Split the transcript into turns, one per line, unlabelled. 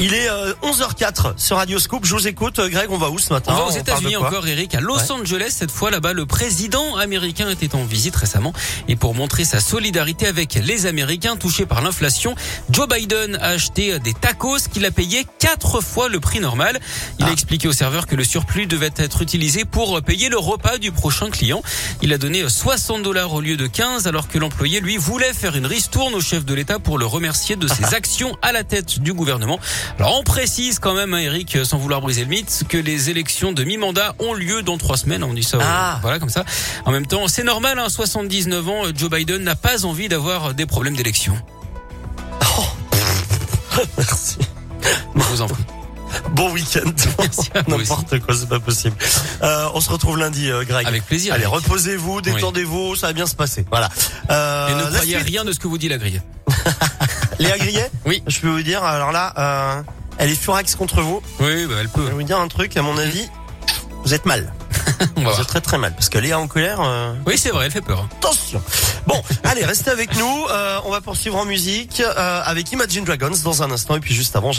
Il est euh, 11h04 sur Radio Scoop. Je vous écoute, euh, Greg. On va où ce matin
On va aux
parle de
États-Unis
quoi
encore, Eric, à Los
Ouais.
Angeles. Cette fois, là-bas, le président américain était en visite récemment. Et pour montrer sa solidarité avec les Américains touchés par l'inflation, Joe Biden a acheté des tacos qu'il a payé quatre fois le prix normal.
Ah.
Il a expliqué au serveur que le surplus devait être utilisé pour payer le repas du prochain client. Il a donné 60 dollars au lieu de 15, alors que l'employé, lui, voulait faire une ristourne au chef de l'État pour le remercier de ses actions à la tête du gouvernement. Alors on précise quand même, hein, Eric, sans vouloir briser le mythe, que les élections de mi-mandat ont lieu dans trois semaines. On dit ça, euh,
Ah.
voilà, comme ça. En même temps, c'est normal, hein, 79 ans, Joe Biden n'a pas envie d'avoir des problèmes d'élection.
Merci.
Je vous en prie.
Bon week-end.
Merci à vous aussi.
N'importe quoi, c'est pas possible. Euh, on se retrouve lundi, euh, Greg.
Avec plaisir.
Allez,
Eric.
reposez-vous, détendez-vous, ça va bien se passer. Voilà. Euh,
Et ne
la
croyez
suite,
rien de ce que vous dit la grille.
Léa Grillet
Oui.
Je peux vous dire, alors là, euh, elle est furax contre vous.
Oui, bah, elle
Je
peut.
vais vous dire un truc, à mon avis, vous êtes mal.
On va
Vous
voir.
êtes très très mal. Parce que Léa en colère, euh,
Oui, c'est vrai, elle fait peur.
attention. Bon, allez, restez avec nous. Euh, on va poursuivre en musique euh, avec Imagine Dragons dans un instant. Et puis juste avant,